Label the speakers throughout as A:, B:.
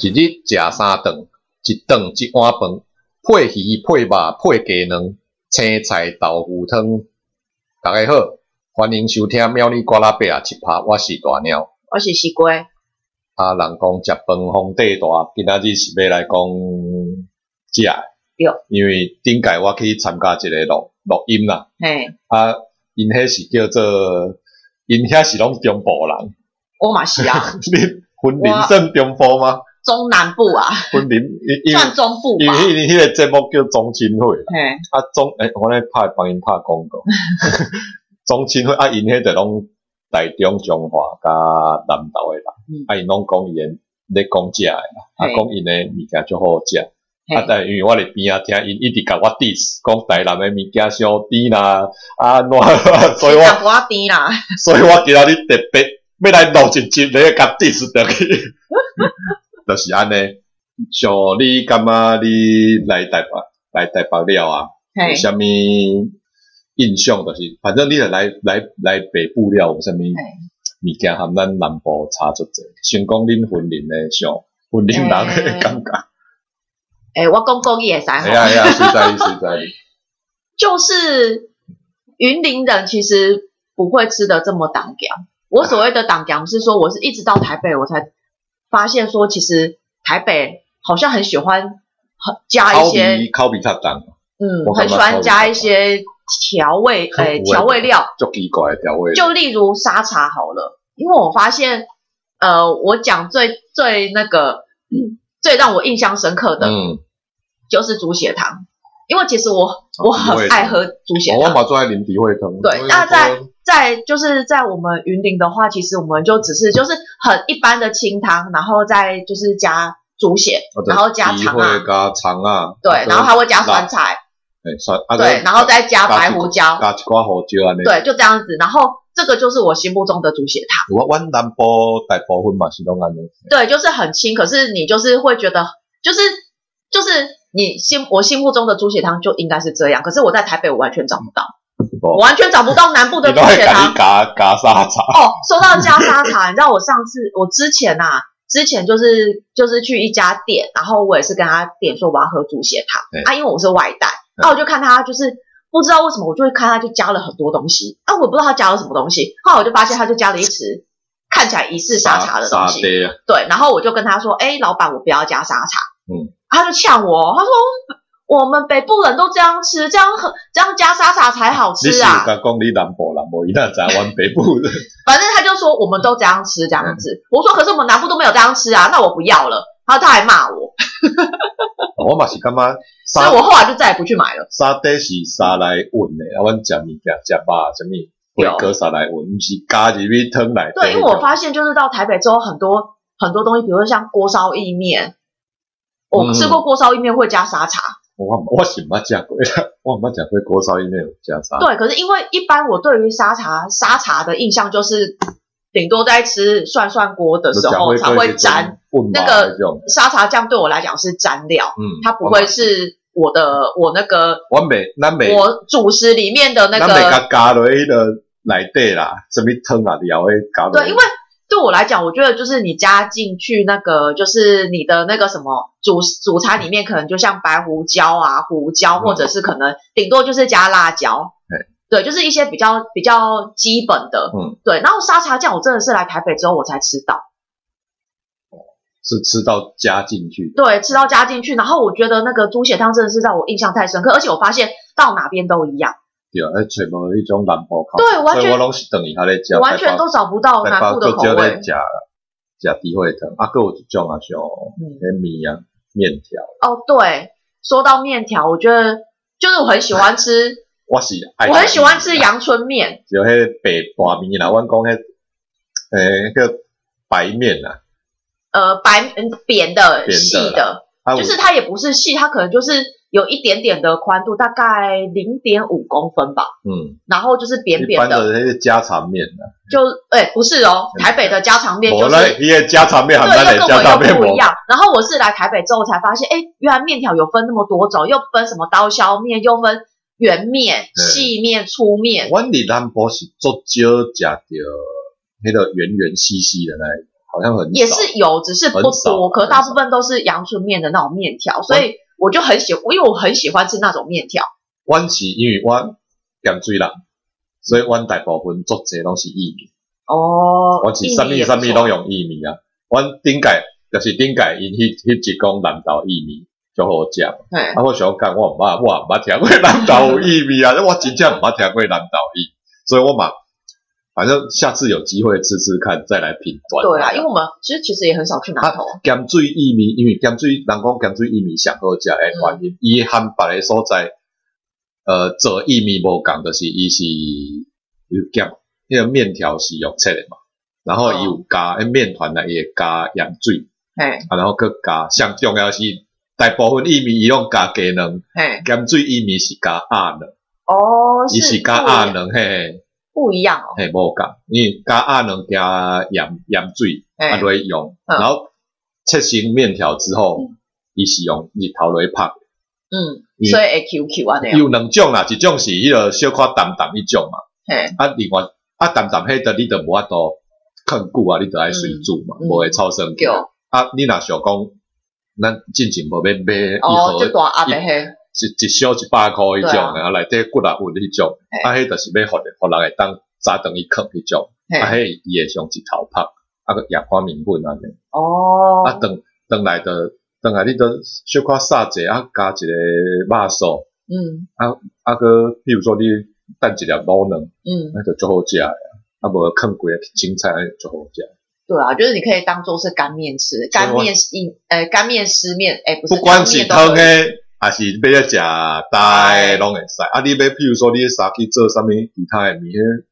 A: 一日食三顿，一顿一碗饭，配鱼、配肉、配鸡卵、青菜豆腐汤。大家好，欢迎收听《喵哩呱啦贝啊一趴》，我是大鸟。
B: 我是西瓜，
A: 啊，人讲食饭皇帝大，今仔日是要来讲食的。
B: 对
A: 因为顶届我去参加一个录录音啦，
B: 嘿，
A: 啊，因迄是叫做，因遐是拢中部人，
B: 我嘛是啊，
A: 你分林算中部吗？
B: 中南部啊，
A: 分林，因因为
B: 算中部
A: 因
B: 吧
A: 为，迄迄个节目叫中青会啦，
B: 嘿，
A: 啊中诶、我咧拍帮因拍广 告，中青会啊，因迄个拢台中、中华甲南投诶人，
B: 嗯
A: 啊因拢讲伊诶咧讲食诶啦，啊
B: 嘿
A: 讲因诶物件足好食。啊，
B: 嘿，
A: 但因为我伫边仔听，因一直甲我 diss，讲台南诶物件伤甜啦，啊，怎 所以我
B: 是淡薄仔甜啦，
A: 所以我今仔日特别要来录一集来甲 diss 倒去， 就是安尼。像你感觉你来台北来台北了啊？有
B: 嘿，
A: 啥物印象？就是反正你若来来来北部了，有啥物物件含咱南部差足济？先讲恁婚林诶，像婚林人诶
B: 嘿啊
A: 感觉，
B: 诶，我讲国语会使
A: 哎
B: 吼，
A: 呀哎呀，实在实 在。
B: 就是云林人其实不会吃的这么党姜，我所谓的党姜是说，我是一直到台北我才发现说，其实台北好像很喜欢很加一
A: 烤
B: 些
A: 比烤比较重，我感觉
B: 嗯，很喜
A: 超
B: 欢加
A: 级
B: 一些调味，
A: 很
B: 诶、
A: 无味
B: 调味料，
A: 足奇怪的调味。
B: 就例如沙茶好了，因为我发现，呃，我讲最最那个、嗯最让我印象深刻的
A: 嗯，
B: 就是猪血汤，因为其实
A: 哦
B: 我
A: 猪
B: 我很
A: 血
B: 爱喝猪血
A: 哦我
B: 汤，
A: 嘛最爱啉猪血汤。
B: 对
A: 所以
B: 那
A: 我
B: 在在就是在我们云林的话，其实我们就只是就是很一般的清汤，然后再就是加猪血，
A: 我就
B: 然后加
A: 猪
B: 肠
A: 血
B: 啊，
A: 加肠啊，
B: 对，然后还会加酸菜，
A: 诶蒜，啊
B: 对，然后再
A: 加
B: 加白
A: 几
B: 胡椒，
A: 加一寡胡椒安尼。
B: 对，就这样子。然后这个就是我心目中的猪血汤，
A: 我啊阮南部大部分嘛是拢安尼。
B: 对，就是很轻，可是你就是会觉得，就是就是你心我心目中的猪血汤就应该是这样，可是我在台北我完全找不到，我
A: 无
B: 完全找不到南部的
A: 伊
B: 猪
A: 都会
B: 血
A: 甲
B: 汤
A: 你。加加沙茶，
B: 哦，说到加沙茶，你知道我上次我之前啊，之前就是就是去一家店，然后我也是跟他点说我要喝猪血
A: 对
B: 汤啊，因为我是外带，那、我就看他就是。不知道为什么，我就会看他就加了很多东西啊，我也不知道他加了什么东西。后来我就发现他就加了一匙看起来疑似沙茶的东
A: 沙
B: 西，
A: 爹啊，
B: 对，然后我就跟他说：“哎，老板，我不要加沙茶。”
A: 嗯
B: 嗯，他就呛我，他说：“我们北部人都这样吃，这样很这样加沙茶才好
A: 你是
B: 吃
A: 有
B: 啊。”
A: 甲讲你南部人，无伊那知阮北 部人。
B: 反正他就说我们都这样吃这样子。我说可是我们南部都没有这样吃啊，那我不要了。然后他还骂我，
A: 我嘛是感觉
B: 所
A: 沙
B: 以我后来就再也不去买了。
A: 沙爹是沙来混诶，啊，阮食物件食肉啥物。
B: 对
A: 花蛤沙来混，毋是加入去汤内底。
B: 对，因为我发现就是到台北之后，很多很多东西，比如说像锅烧意面，我
A: 嗯
B: 吃过锅烧意面会加沙茶。
A: 我我是毋捌食过， 我毋捌食过锅烧意面有加啥？
B: 对，可是因为一般我对于沙茶沙茶的印象就是，顶多在吃涮涮锅的
A: 有
B: 时
A: 吃
B: 候
A: 过
B: 才会沾
A: 混麻
B: 那个
A: 那种，
B: 沙茶酱，对我来讲是蘸料，
A: 嗯，
B: 它不会是我的我那个
A: 我嘛，我袂，咱袂，
B: 我主食里面的那
A: 咱袂
B: 个。
A: 甲加落迄个内底啦，什物汤啊料会加落。
B: 对，因为对我来讲，我觉得就是你加进去那个，就是你的那个什么主主餐里面，可能就像白胡椒啊、胡椒，
A: 嗯
B: 或者是可能顶多就是加辣椒。对，就是一些比较比较基本的，
A: 嗯，
B: 对。然后沙茶酱，我真的是来台北之后我才吃到，
A: 是吃到加进去，
B: 对，吃到加进去。然后我觉得那个猪血汤真的是让我印象太深刻，而且我发现到哪边都一样，
A: 对，啊，迄揣无迄种南部口，
B: 对，完
A: 所以我
B: 全
A: 拢是等伊遐咧食，
B: 我完全都找不到
A: 台
B: 南
A: 北
B: 部的
A: 都
B: 口
A: 少咧
B: 味。
A: 食食猪血汤，啊，佫有一种啊像
B: 嗯，
A: 迄面啊面条，
B: 哦，对，说到面条，我觉得就是我很喜欢吃。
A: 我是爱
B: 我很喜欢吃，阳春面，
A: 就迄白大面啦，阮讲迄诶叫白面啦，
B: 呃，白嗯扁的、
A: 扁的
B: 细的，
A: 啊有
B: 就是它也不是细，它可能就是有一点点的宽度，大概零点五公分吧，
A: 嗯，
B: 然后就是扁
A: 一
B: 扁
A: 般
B: 的，
A: 的嗯迄个家常面啦，
B: 就哎不是哦，台北的家常面
A: 无
B: 就是
A: 咱伊个家常面含咱
B: 对，
A: 的
B: 又跟
A: 家常
B: 我
A: 面
B: 又不
A: 无
B: 一样。然后我是来台北之后才发现，哎，原来面条有分那么多种，又分什么刀削面，又分圆面、
A: 嗯
B: 细面、粗面，
A: 阮伫南部是足少食着迄个圆圆细细的那一好像很
B: 也
A: 少
B: 是有，只是不
A: 很少啊
B: 多，可
A: 很
B: 大部分都是阳春面的那种面条，所以我就很喜，因为我很喜欢吃那种面条。
A: 阮是因为阮咸水人，所以阮大部分做者拢是薏米，
B: 哦
A: 阮是啥物啥物拢用薏米啊。阮顶届就是顶届因迄迄一讲南投薏米就好食，啊
B: 对，
A: 我想讲我毋捌我毋捌听过南 投薏米啊，我真正毋捌听过南投薏，所以我嘛反正下次有机会吃吃看再来评断。
B: 对啊啦，因为我们其实其实也很少去
A: 啊
B: 南投，
A: 咸水薏米，因为咸水人讲咸水薏米上好食诶原
B: 嗯
A: 因，伊含别个所在，呃，做薏米无共，就是伊是有咸，迄个面条是用切诶嘛，然后伊有
B: 哦
A: 加，诶、面团内伊会加盐水，
B: 嘿，
A: 啊，然后佮加，上重要是大部分薏米伊拢加鸡卵，
B: 嘿，
A: 咸水薏米是加鸭卵，
B: 哦，
A: 伊是加
B: 不一
A: 鸭卵，嘿嘿，
B: 不一样哦，
A: 嘿无共，因为加鸭卵加盐盐水。啊，
B: 哎
A: 落去用，
B: 嗯
A: 然后切成面条之后，伊是用日头落去拍。
B: 嗯，
A: 因为
B: 所以会 QQ 啊那样，
A: 有两种啦，一种是迄个小可淡淡迄种嘛，
B: 嘿，
A: 啊，另外啊淡淡迄个你就无法度啃久啊，你就爱水煮嘛，
B: 嗯
A: 无会超生
B: 对
A: 气。啊，你若想讲，咱进前无要买一
B: 哦，就
A: 盒
B: 大阿伯嘿，
A: 一一小一百箍迄
B: 对
A: 种
B: 啊
A: 的，啊，内底骨啊有迄种，啊，迄就是要互互人会当早顿去啃迄种，啊，
B: 嘿，
A: 迄伊会上日头拍，啊个野花面粉安尼。
B: 哦，
A: 啊，等等来的，等来你都小可撒者啊，加一个肉素，
B: 嗯
A: 啊个，比如说你等一粒卤卵，
B: 嗯，
A: 那就足好食诶，啊无放几个青菜，那就足好食。
B: 对啊，就是你可以当做是干面吃，干面一呃干面湿面，哎，不是
A: 不管是
B: 干
A: 汤
B: 面都可以
A: 诶，还是要要食大诶，拢会使。啊，你要譬如说你啥去做啥物其他诶面，迄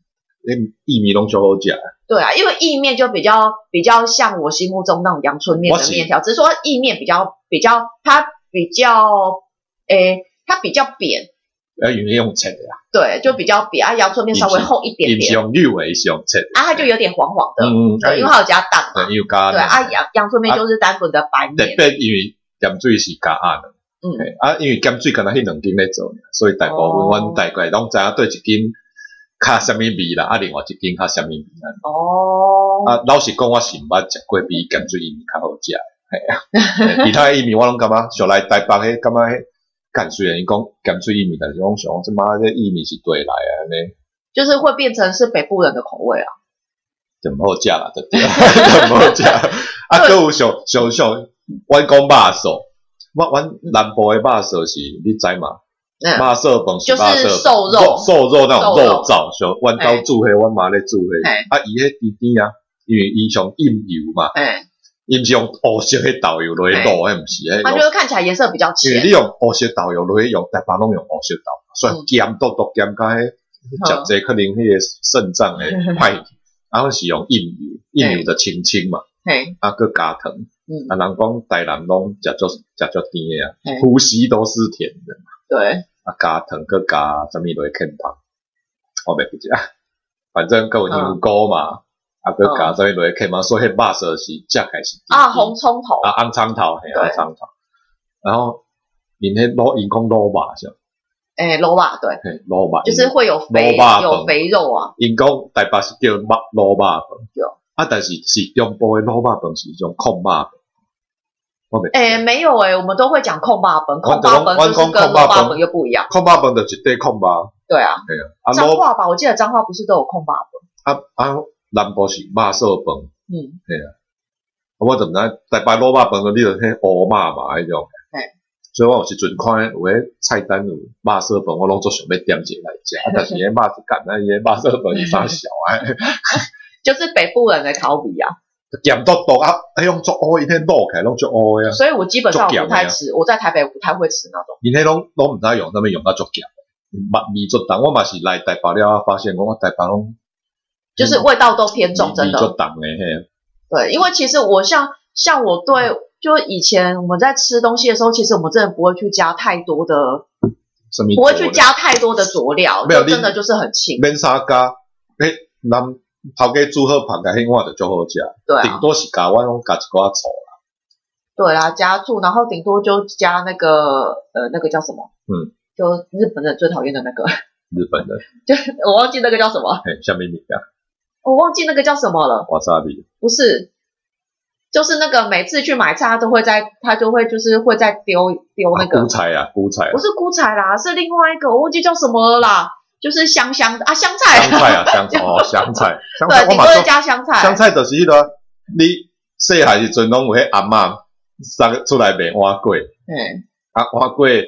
A: 迄薏米拢足好食。
B: 对啊，因为意面就比较比较像我心目中那种阳春面
A: 我
B: 的
A: 是
B: 面条，只是说意面比较比较它比较诶它比较扁，
A: 啊，因为用切诶啊，
B: 对，就比较扁，啊阳春面稍微厚一点
A: 伊毋是
B: 点，
A: 用六诶，伊是用切的。
B: 啊它就有点黄黄的，
A: 嗯嗯，
B: 对，因为它有加蛋嘛，
A: 伊有加
B: 对
A: 卵
B: 啊阳阳春面就是单纯的白
A: 特
B: 面，
A: 别因为咸水是加鸭的，
B: 嗯
A: 嘿，啊，因为咸水敢若迄两间咧做，所以大部
B: 哦
A: 分阮大概拢知影对一间较啥物味啦，啊，另外一间较啥物味啦。
B: 哦，
A: 啊，老实讲，我是毋捌食过比咸水伊面较好食的，嘿 啊，嘿其他伊面我拢感觉上来台北迄感觉迄。干虽然伊讲咸水伊面，但是我想讲，即妈这伊面是对来啊，安尼
B: 就是会变成是北部人的口味啊，
A: 就毋好食啦，对不对？就毋好食。啊，
B: 对
A: 佫有上上上，阮讲肉燥，我阮南部诶肉燥是，你知嘛？
B: 嗯，
A: 马色本
B: 就是
A: 马色本
B: 瘦肉
A: 瘦肉那种
B: 瘦肉
A: 肉燥，像弯刀煮黑，阮妈咧煮黑
B: 嘿，
A: 啊伊迄甜甜啊，因为伊上印油嘛，
B: 哎，
A: 伊毋是用黑色迄豆油落去卤，迄毋是
B: 它就
A: 迄，
B: 是看起来颜色比较
A: 因为
B: 浅，
A: 你用黑哦色豆油落去用，大把拢用黑色豆，所以咸都都咸到迄
B: 嗯
A: 食者可能迄个肾脏诶歹去，啊阮是用印油，印油就清清嘛，
B: 嘿，
A: 啊佮加糖，
B: 嗯，
A: 啊人讲台南拢食足食足甜诶啊
B: 嘿，
A: 呼吸都是甜的。
B: 对，
A: 啊加糖，佮加啥物落去啃芳，我袂记得，反正佮有牛膏嘛，啊佮加啥物落去啃芳，所以迄肉色是食开始
B: 啊红葱头，
A: 啊红葱头嘿
B: 对
A: 红葱头，然后因迄卤因讲卤肉是吧，
B: 哎肉啊，对。
A: 嘿卤肉
B: 就是会有肥
A: 萝卜
B: 有
A: 粉
B: 肥肉啊，
A: 因讲台北是叫肉卤肉饭
B: 对，
A: 啊但是是中部的卤肉饭是一种控肉饭，我袂
B: 哎、
A: 记得。
B: 没有哎、我们都会讲控霸本，
A: 我
B: 控
A: 们都
B: 霸本
A: 我
B: 就
A: 们
B: 是
A: 讲
B: 跟
A: 控霸
B: 肉
A: 本
B: 霸本又不一样，
A: 控肉饭就一块控肉，
B: 对啊，
A: 嘿啊，啊
B: 彰
A: 卤
B: 化吧，我记得彰化不是都有控霸本，
A: 啊啊南部是肉色饭。
B: 嗯，
A: 我就毋知台北卤肉饭就你就迄乌肉嘛迄种
B: 嘿。
A: 所以我有时阵看有迄菜单有肉色饭，我拢做想要点一个来食，啊，但是迄肉是干啊，伊迄肉色饭是啥小啊，
B: 就是北部人的烤比啊，
A: 咸笃笃啊，迄种足乌，伊迄卤起来拢足乌诶啊，
B: 所以我基本上
A: 就咸
B: 我
A: 的
B: 不
A: 啊
B: 太吃，我在台北不太会吃那种，
A: 伊迄拢拢毋知用啥物用到足咸，肉味足重。我嘛是来台北了，发现讲我台北拢
B: 就是
A: 嗯
B: 味道都偏重，真
A: 味
B: 的，
A: 足重诶嘿。
B: 对，因为其实我像像我对，就以前我们在吃东西的时候，其实我们真的不会去加太多的，
A: 什么
B: 不会去加太多的佐料，
A: 没有
B: 就真的
A: 你
B: 就是很清，
A: 免啥加，迄南头家煮好螃蟹迄碗就足好食，
B: 对啊
A: 顶。多是加我拢加一寡醋。
B: 对啊，加醋，然后顶多就加那个呃，那个叫什么？
A: 嗯，
B: 就日本人最讨厌的那个，
A: 日本
B: 啊
A: 的
B: 我忘记那个叫什么，
A: 嘿，下面物件，
B: 我忘记那个叫什么了。
A: 瓦萨比，
B: 不是，就是那个每次去买菜，他都会在，他就会就是会在丢丢那
A: 啊
B: 个，
A: 菇菜啊，菇菜啊
B: 不，是菇菜啦，是另外一个，我忘记叫什么了啦，就是香香的啊，香菜，
A: 香菜啊，香哦，香菜，香菜，
B: 对，
A: 我
B: 顶
A: 嘛
B: 多
A: 做
B: 是加香菜，
A: 香菜就是迄、个，你细汉时阵拢有迄阿嬷送出来卖碗粿，
B: 嗯，
A: 啊碗粿，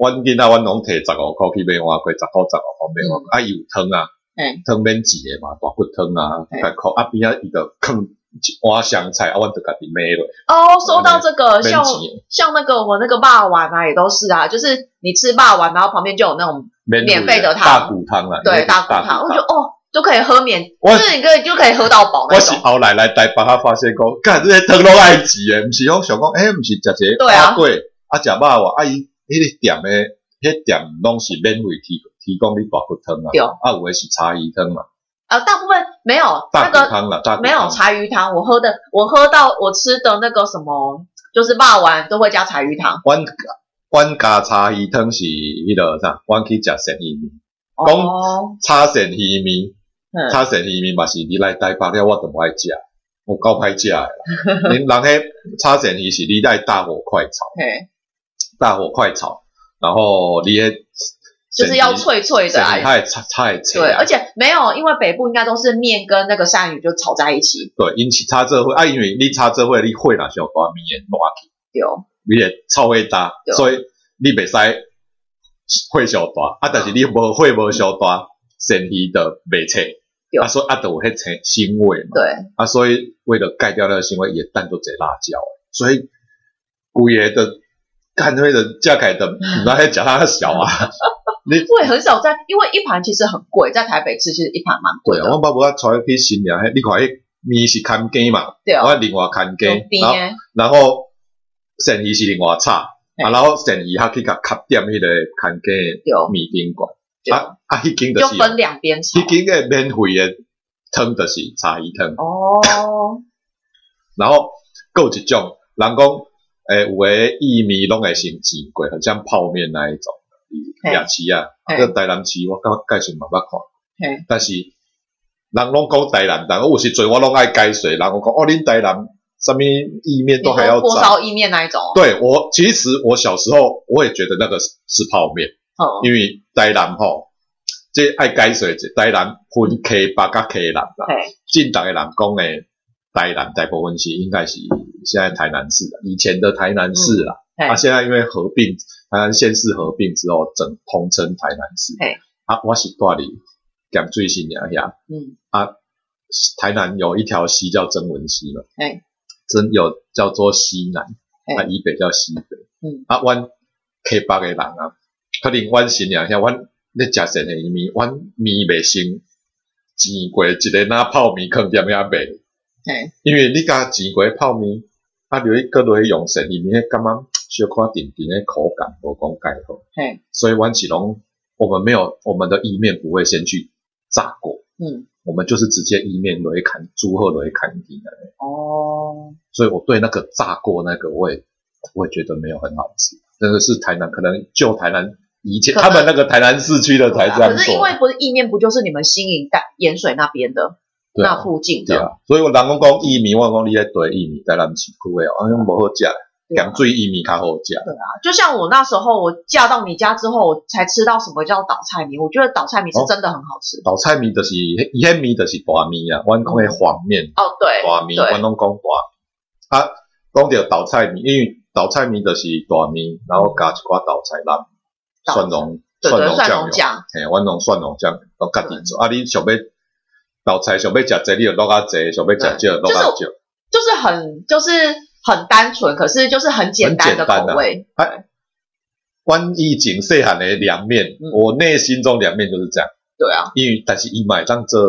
A: 阮囡仔阮拢摕十五箍去买碗粿，十箍十五箍买碗粿，啊伊有汤啊
B: 嗯嘿，嗯
A: 汤免钱诶嘛，大骨汤啊，
B: 嘿
A: 甲箍啊边仔伊着放一碗香菜，啊阮着家己买落，
B: 哦，说到这个，
A: 免
B: 像
A: 钱，
B: 像那个我们那个霸丸啊，也都是啊，就是你吃霸丸，然后旁边就有那种
A: 免
B: 免费的汤
A: 大骨汤啊，
B: 对大
A: 大
B: 骨汤，我觉得哦，就可以喝免，
A: 我
B: 就是你可以就可以喝到饱那
A: 我是
B: 种。
A: 后来来台北，才发现讲，干这些汤拢爱钱诶，毋是我想讲，诶、毋是食一个
B: 对啊
A: 花粿，啊食肉啊，啊伊迄个店诶，迄店拢是免费提提供你大骨汤啊
B: 对，
A: 啊有诶是茶鱼汤嘛，
B: 呃，大部分没有
A: 大
B: 那
A: 骨
B: 个
A: 汤啦，大骨汤
B: 没有柴鱼汤，我喝的我喝到我吃的那个什么，就是霸丸都会加柴鱼汤。
A: 阮阮家茶鱼汤是迄落啥？阮去食鳝鱼面，讲
B: 哦，
A: 炒鳝鱼面，
B: 嗯
A: 炒鳝鱼面嘛是你来台北了，我都无爱食，有够歹食诶 啦。恁人迄炒鳝鱼是你来大火快炒。
B: 嘿，
A: 大火快炒，然后你也
B: 就是要脆脆的啊。
A: 太菜菜切
B: 对，
A: 啊
B: 而，且没有，因为北部应该都是面跟那个鳝鱼就炒在一起
A: 对，因是炒这会啊，因为你炒这会你火若上大面会烂去，
B: 丢。
A: 你会臭味大
B: 对，
A: 所以你袂使火上大啊，但
B: 嗯
A: 是你无火无上大，鳝鱼的袂切
B: 对。
A: 啊，所以啊，都有迄层腥味嘛。
B: 对，
A: 啊，所以为了盖掉那个腥味，也淡做些辣椒。所以古爷的干那个价凯的，你那还讲他小啊？
B: 嗯我也很少在，因为一盘其实很贵，在台北吃其实一盘蛮贵
A: 对啊，
B: 的。
A: 我爸无啊，带去新娘，迄你看迄面是砍鸡嘛，
B: 对啊，
A: 我另外砍鸡，
B: 有啊
A: 然后然
B: 甜的
A: 后鳝鱼是另外炒，
B: 嘿
A: 啊，然后鳝鱼还去甲卡点迄个砍鸡的
B: 有，
A: 面顶管，
B: 对
A: 啊啊，迄间就，
B: 哦就是分两边炒。
A: 迄间个免费的汤就是茶鱼汤，
B: 哦，
A: 然后还有一种人讲，诶、有诶薏米拢会先煎过，很像泡面那一种，
B: 嘿
A: 夜市啊，
B: 嘿
A: 个台南市我感觉介绍嘛捌看。
B: 嘿，
A: 但是人拢讲台南，但我有时阵我拢爱解水，人我讲哦，恁台南什么意面都还
B: 你
A: 要
B: 说锅
A: 炸。
B: 烧意面那一种哦。
A: 对我，其实我小时候我也觉得那个是是泡面，
B: 嗯
A: 因为台南吼，这爱解水，这台南分 K 八甲 K 南啦，
B: 嘿，
A: 近代的人讲的台南大部分是应该是现在台南市的，以前的台南市啦，
B: 嗯嘿
A: 啊，现在因为合并台南县市合并之后，整统称台南市
B: 嘿，
A: 啊，我是住伫咸水新娘遐。
B: 嗯，
A: 啊台南有一条溪叫曾文溪嘛，
B: 哎，
A: 真有叫做西南，
B: 哎
A: 啊，以北叫西北，
B: 嗯，
A: 啊，阮溪北诶人啊，可能阮新娘遐，阮咧食神诶面，阮面袂先煎过一个那泡面坑点遐卖，
B: 嘿，
A: 因为你甲煎过泡面，啊，落去搁落去用神伊面，感觉小可甜甜诶口感无讲介好，
B: 嘿，
A: 所以阮是拢我们没有我们的意面不会先去炸过。
B: 嗯，
A: 我们就是直接意面雷砍猪后雷砍底的，
B: 哦，
A: 所以我对那个炸过那个我也我也觉得没有很好吃，那个是台南可能就台南以前
B: 可能
A: 他们那个台南市区的才这样
B: 啊可是因
A: 做，
B: 为不是意面，不就是你们新营淡盐水那边的
A: 对
B: 那
A: 啊
B: 附近
A: 对
B: 的？
A: 啊，所以我人讲讲意面，我讲你在对意面台南市区的，哎呦不好食，
B: 对啊
A: 咸水意面较好食，
B: 就像我那时候我嫁到你家之后，我才吃到什么叫倒菜米，我觉得倒菜米是
A: 哦
B: 真的很好吃。
A: 倒菜面就是伊迄面就是大面啊，阮讲的黄面
B: 哦，对，
A: 大面，
B: 对
A: 阮拢讲大面啊，讲着倒菜面，因为倒菜面就是大面，然后加一寡倒菜粒。
B: 倒
A: 蒜蓉
B: 对对，
A: 酱
B: 蒜蓉
A: 油，
B: 酱，
A: 嘿，阮拢蒜蓉酱拢家己做。啊，你想要老菜，想要食这，你就落较济；想要食少，落较
B: 就
A: 少。
B: 就是很就是很单纯，可是就是很简单
A: 很简
B: 的
A: 单啊
B: 口味。
A: 阮以前细汉的凉面
B: 嗯，
A: 我内心中凉面就是这样，
B: 对啊，
A: 因为但是伊买当做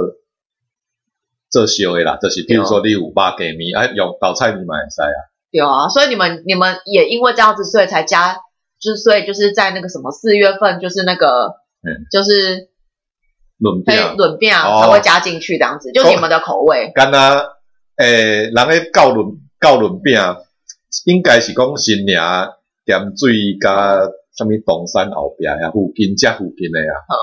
A: 做烧的啦，就是比如说你有肉粿面，啊，用豆菜面嘛会使啊，
B: 对啊，所以你们你们也因为这样子，所以才加，就是所以就是在那个什么四月份，就是那个，
A: 嗯
B: 就是
A: 润
B: 可以
A: 饼。
B: 轮变啊
A: 哦
B: 才会加进去这样子，就你们的口味。
A: 敢若诶，人咧教论教论饼，应该是讲新娘点水甲啥物东山后壁遐附近，遮附近诶啊
B: 好。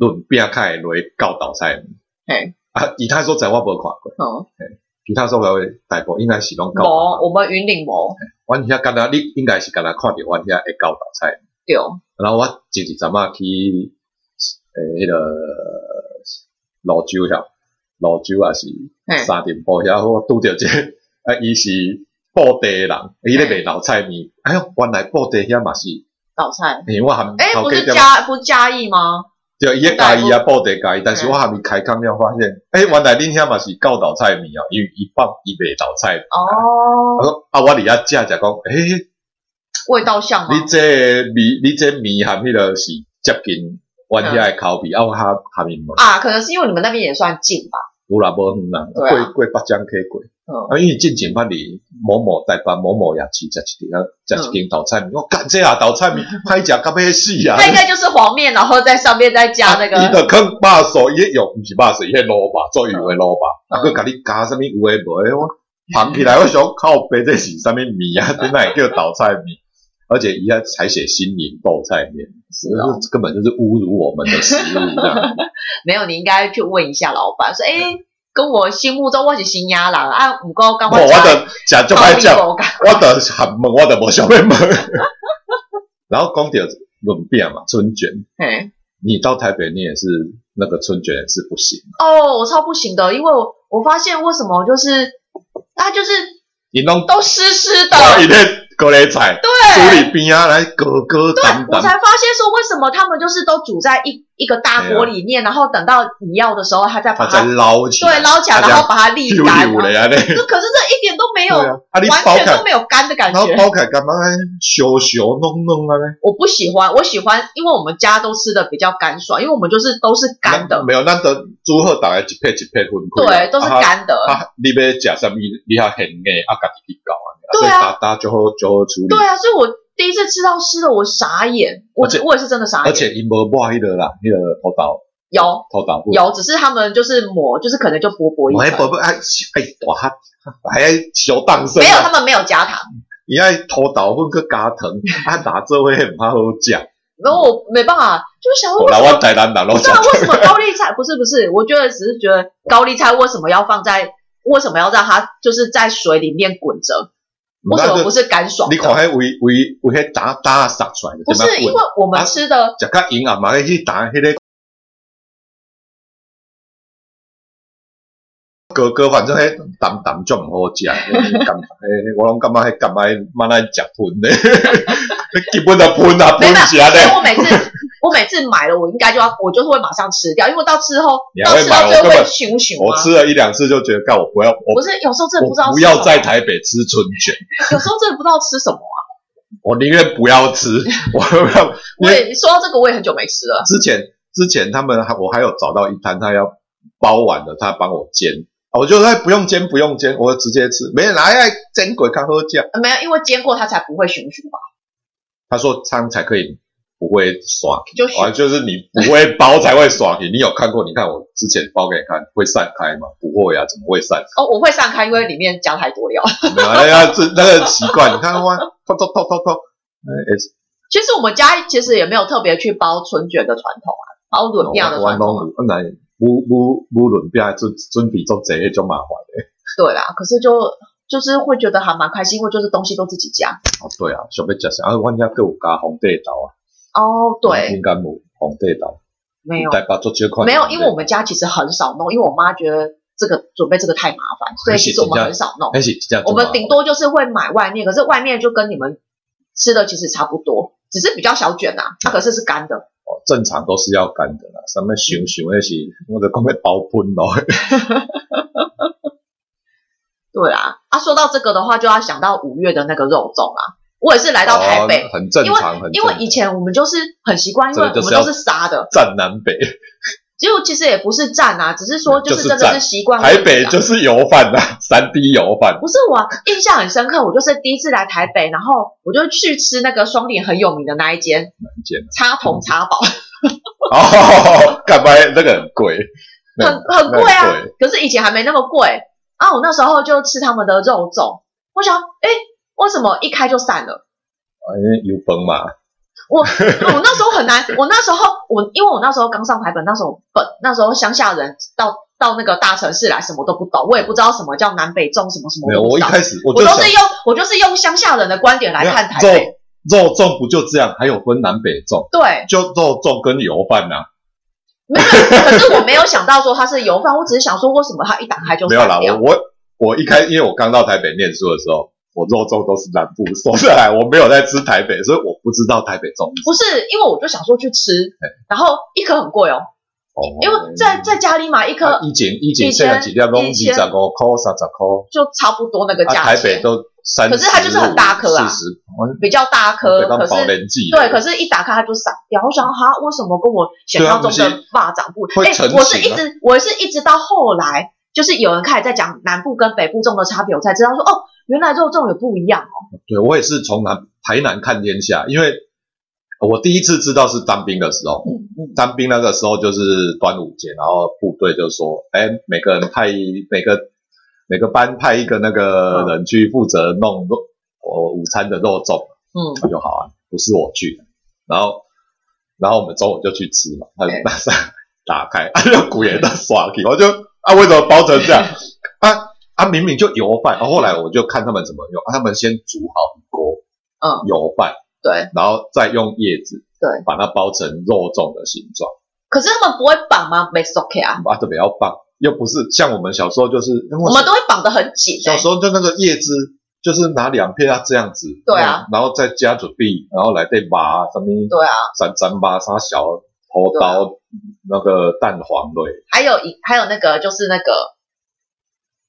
A: 论饼较会落去教豆菜。
B: 嘿，
A: 啊，其他所在我无看过，
B: 嗯，
A: 其他所在的大部分应该是拢
B: 无
A: 到。
B: 我们云岭无
A: 阮遐敢若你应该是敢若看着阮遐会到大菜。
B: 对，哦
A: 然后我前一阵仔去诶迄、个呃泸州遐，泸州也
B: 嘿
A: 是沙田埔遐，我拄着一个啊，伊是布袋的人，伊咧卖老菜面。哎哟，原来布袋遐嘛是，
B: 早餐。
A: 因为我含
B: 哎，不是
A: 店
B: 嘉不是嘉义吗？
A: 对，伊个家己啊，布袋家己，但是我还没开讲了，发现，诶、原来恁遐嘛是教导菜面啊，因为伊放伊卖导菜面。我
B: 哦，
A: 说啊，我伫遐食食讲，诶、
B: 味道像吗？
A: 你这个面，你这面含迄个是接近阮遐诶口味，啊，我含含面无，
B: 啊，可能是因为你们那边也算近吧。
A: 有啦无远啦，
B: 对啊
A: 过过北江溪过，
B: 嗯，
A: 啊，因为之前捌伫某某台北某某夜市食一间啊，食一间导菜面，
B: 嗯
A: 我干这啊导 菜面歹食到要死啊！
B: 那应该就是黄面，然后在上面再加那
A: 伊
B: 个
A: 就放肉手，伊迄用毋是肉手，伊迄卤肉做油诶卤肉，
B: 嗯
A: 啊，佮甲你加啥物有诶无诶，我捧起来，我想靠北这是啥物面啊？
B: 嗯
A: 真乃叫倒菜面，而且伊还采写新颖豆菜面，
B: 是哦，
A: 就是根本就是侮辱我们的食物这 样。
B: 没有，你应该去问一下老板，说哎，跟我心目中我是新鸭郎啊，五哥刚
A: 我
B: 刚
A: 我的讲就歹讲，
B: 我
A: 我的很问，我的无想要问。 然后讲到润饼嘛，春卷，
B: 嘿。
A: 你到台北你也是那个春卷也是不行，
B: 哦，我超不行的，因为我我发现为什么就是它就是
A: 你拢
B: 都湿湿的，
A: 到一片高丽菜。处理
B: 对
A: 边啊，来哥哥
B: 对
A: 等，
B: 我
A: 等
B: 才，发现说为什么他们就是都煮在一一个大锅里
A: 哎
B: 面，然后等到你要的时候，他再
A: 他
B: 把
A: 再
B: 它
A: 捞起来，
B: 对捞起来，
A: 它这
B: 然
A: 样
B: 后把它沥
A: 丢丢。
B: 干然后
A: 了呀嘞，
B: 可是这一点都没有，
A: 对啊，啊你包
B: 完全
A: 开
B: 都，没有干的感
A: 然后
B: 觉，
A: 包开干嘛？烧烧弄弄啊嘞，
B: 我不喜欢。我喜欢，因为我们家都吃的比较干爽，因为我们就是都是干
A: 那
B: 的，
A: 没有，咱得煮好大概一片一片分开，
B: 对，都是
A: 啊。
B: 干的。
A: 啊，你要食啥物，你要现诶，啊，家己去搞啊，所
B: 对啊
A: 以大大就好就好处理
B: 对。啊，所以我第一次吃到湿的，我傻眼，我
A: 而且
B: 我也是真的傻眼。
A: 而且伊无抹迄个啦，迄个土豆，
B: 有
A: 土豆哦粉，
B: 有，只是他们就是抹，就是可能就薄薄一
A: 我迄
B: 层，
A: 不不爱爱大哈，还爱小当生
B: 没有，
A: 啊，
B: 他们没有加糖。
A: 伊爱土豆粉去加糖，啊，打做伙很怕好食。
B: 然后我没办法，就是想说
A: 我
B: 为
A: 来
B: 什
A: 我
B: 么？
A: 台南人拢
B: 不知
A: 食
B: 道为什么高丽菜不是不是？我觉得只是觉得高丽菜为什么要放在为什么要让它就是在水里面滚着？为什么不是干爽
A: 啊你看
B: 的？
A: 迄为为为迄打打杀出来的，
B: 不是因为我们
A: 啊
B: 吃的
A: 食较硬啊，嘛迄打迄个哥哥，反正迄淡淡就毋好食，感迄我拢感觉迄感觉蛮难食喷的，基本就喷啊
B: 没
A: 喷
B: 有，
A: 起来
B: 因为
A: 咧，
B: 我每次我每次买了，我应该就要我就是会马上吃掉，因为到吃后
A: 你还
B: 到
A: 会
B: 吃
A: 买
B: 到
A: 我
B: 最后
A: 根
B: 会
A: 本
B: 熊熊
A: 我
B: 啊。
A: 吃了一两次就觉得，干我不要我
B: 不是，有时候真的不知道
A: 我不
B: 吃
A: 要
B: 什么
A: 在台北吃春卷，
B: 有时候真的不知道吃 什么啊。
A: 我宁愿不要吃，我要
B: 我也说到这个，我也很久没吃了。
A: 之前之前他们还我还有找到一摊，他要包完了，他帮我煎，啊我就说哎不用煎不用煎，我直接吃，没人来哎煎鬼看喝酱。
B: 没有，因为煎过它才不会熊熊吧？
A: 他说这样才可以不会耍皮，
B: 就熊
A: 啊就是你不会包才会耍皮。你有看过？你看我之前包给你看，会散开吗？不会啊，怎么会散？
B: 哦，我会散开，因为里面加太多料。
A: 没有啊，那个这那个习惯，你看哇，偷偷偷偷偷，哎，
B: 其实我们家其实也没有特别去包春卷的传统啊，包轮饼
A: 哦
B: 的传统啊、
A: 我来乌乌乌轮饼准准备做这种麻烦的。
B: 对啦，可是就就是会觉得还蛮开心，因为就是东西都自己加。
A: 哦，对啊，想要食啥？啊，阮遐各有加红地豆啊。
B: 哦，对，
A: 应该冇红地豆，
B: 没有
A: 台北做这款
B: 没有，因为我们家其实很少弄，因为我妈觉得这个准备这个太麻烦，所以其实我们很少弄。
A: 但是这样
B: 我们顶多就是会买外面，可是外面就跟你们吃的其实差不多，只是比较小卷啊，它可是是干的。
A: 哦正常都是要干的啦，什么想想那是我就讲要包喷咯。
B: 对啊，啊，说到这个的话，就要想到五月的那个肉粽啊。我也是来到台北，
A: 哦很正常，很
B: 因为以前我们就是很习惯，因为
A: 这
B: 我
A: 个就
B: 们
A: 是要
B: 都是杀的，
A: 站南北，
B: 结果其实也不是站啊，只是说就
A: 嗯就是是
B: 真的
A: 站
B: 是习惯问题啊。
A: 台北就是油饭呐，三 D 油饭。
B: 不是我印象很深刻，我就是第一次来台北，然后我就去吃那个双联很有名的那一间
A: 一间
B: 插铜茶宝，
A: 哦， 干嘛那个很贵？那
B: 很很贵
A: 那
B: 啊
A: 很贵，
B: 可是以前还没那么贵啊。我那时候就吃他们的肉粽，我想，哎，为什么一开就散了？
A: 啊因为油崩嘛，
B: 我我那时候很难，我那时候我因为我那时候刚上台北，那时候笨，那时候乡下人到到那个大城市来，什么都不懂，我也不知道什么叫南北粽，什么什么
A: 没有，
B: 都不
A: 我一
B: 知道。
A: 开始我
B: 我
A: 就
B: 都
A: 想
B: 是用我就是用乡下人的观点来看台
A: 没有
B: 北，
A: 肉肉粽不就这样，还有分南北粽，
B: 对，
A: 就肉粽跟油饭啊呐、
B: 没有。 可是我没有想到说它是油饭，我只是想说为什么它一打开就
A: 没有啦，
B: 散掉
A: 我我我一开，因为我刚到台北念书的时候，我肉粽都是南部送上来，我没有在吃台北，所以我不知道台北粽。
B: 不是因为我就想说去吃
A: 对，
B: 然后一颗很贵哦，
A: 哦，
B: 因为在在家里买一颗
A: 啊以前以前
B: 以
A: 虽
B: 前
A: 然几条拢二
B: 以
A: 十
B: 前
A: 五块、三十块，
B: 就差不多那个
A: 啊，
B: 价
A: 台北
B: 钱，
A: 都三十，
B: 可是它就是很大颗啊
A: 四十，
B: 比较大颗，
A: 当
B: 可
A: 保
B: 是
A: 年剂。
B: 对，可是一打开它就散掉。我想哈，为什么跟我想象中
A: 对啊不
B: 的霸掌不
A: 会？成型啊
B: 我是一直我是一直到后来，就是有人开始在讲南部跟北部粽的差别，我才知道说哦，原来肉粽也不一样哦。
A: 对我也是从南台南看天下，因为我第一次知道是当兵的时候，当兵那个时候就是端午节，然后部队就说，哎，每个人派一每个每个班派一个那个人去负责弄肉，我午餐的肉粽，
B: 嗯，
A: 我就好啊，不是我去，然后然后我们中午就去吃嘛，他
B: 对
A: 那是打开， 啊，那股也在刷起，我就啊，为什么包成这样？啊啊，明明就油饭，然后后来我就看他们怎么用，啊他们先煮好一锅，
B: 嗯，
A: 油饭，
B: 对。
A: 然后再用叶子，
B: 对，
A: 把它包成肉粽的形状，
B: 可是他们不会绑吗？没 OK 啊，
A: 啊，这比较棒，又不是像我们小时候就是，因为
B: 我们都会绑得很紧、
A: 小时
B: 欸。
A: 候就那个叶子。就是拿两片啊，这样子，嗯
B: 对啊
A: 然后，然后再加准备，然后来对麻什么，
B: 对啊，啊
A: 三三八三小头刀那个蛋黄类
B: 还有一还有那个就是那个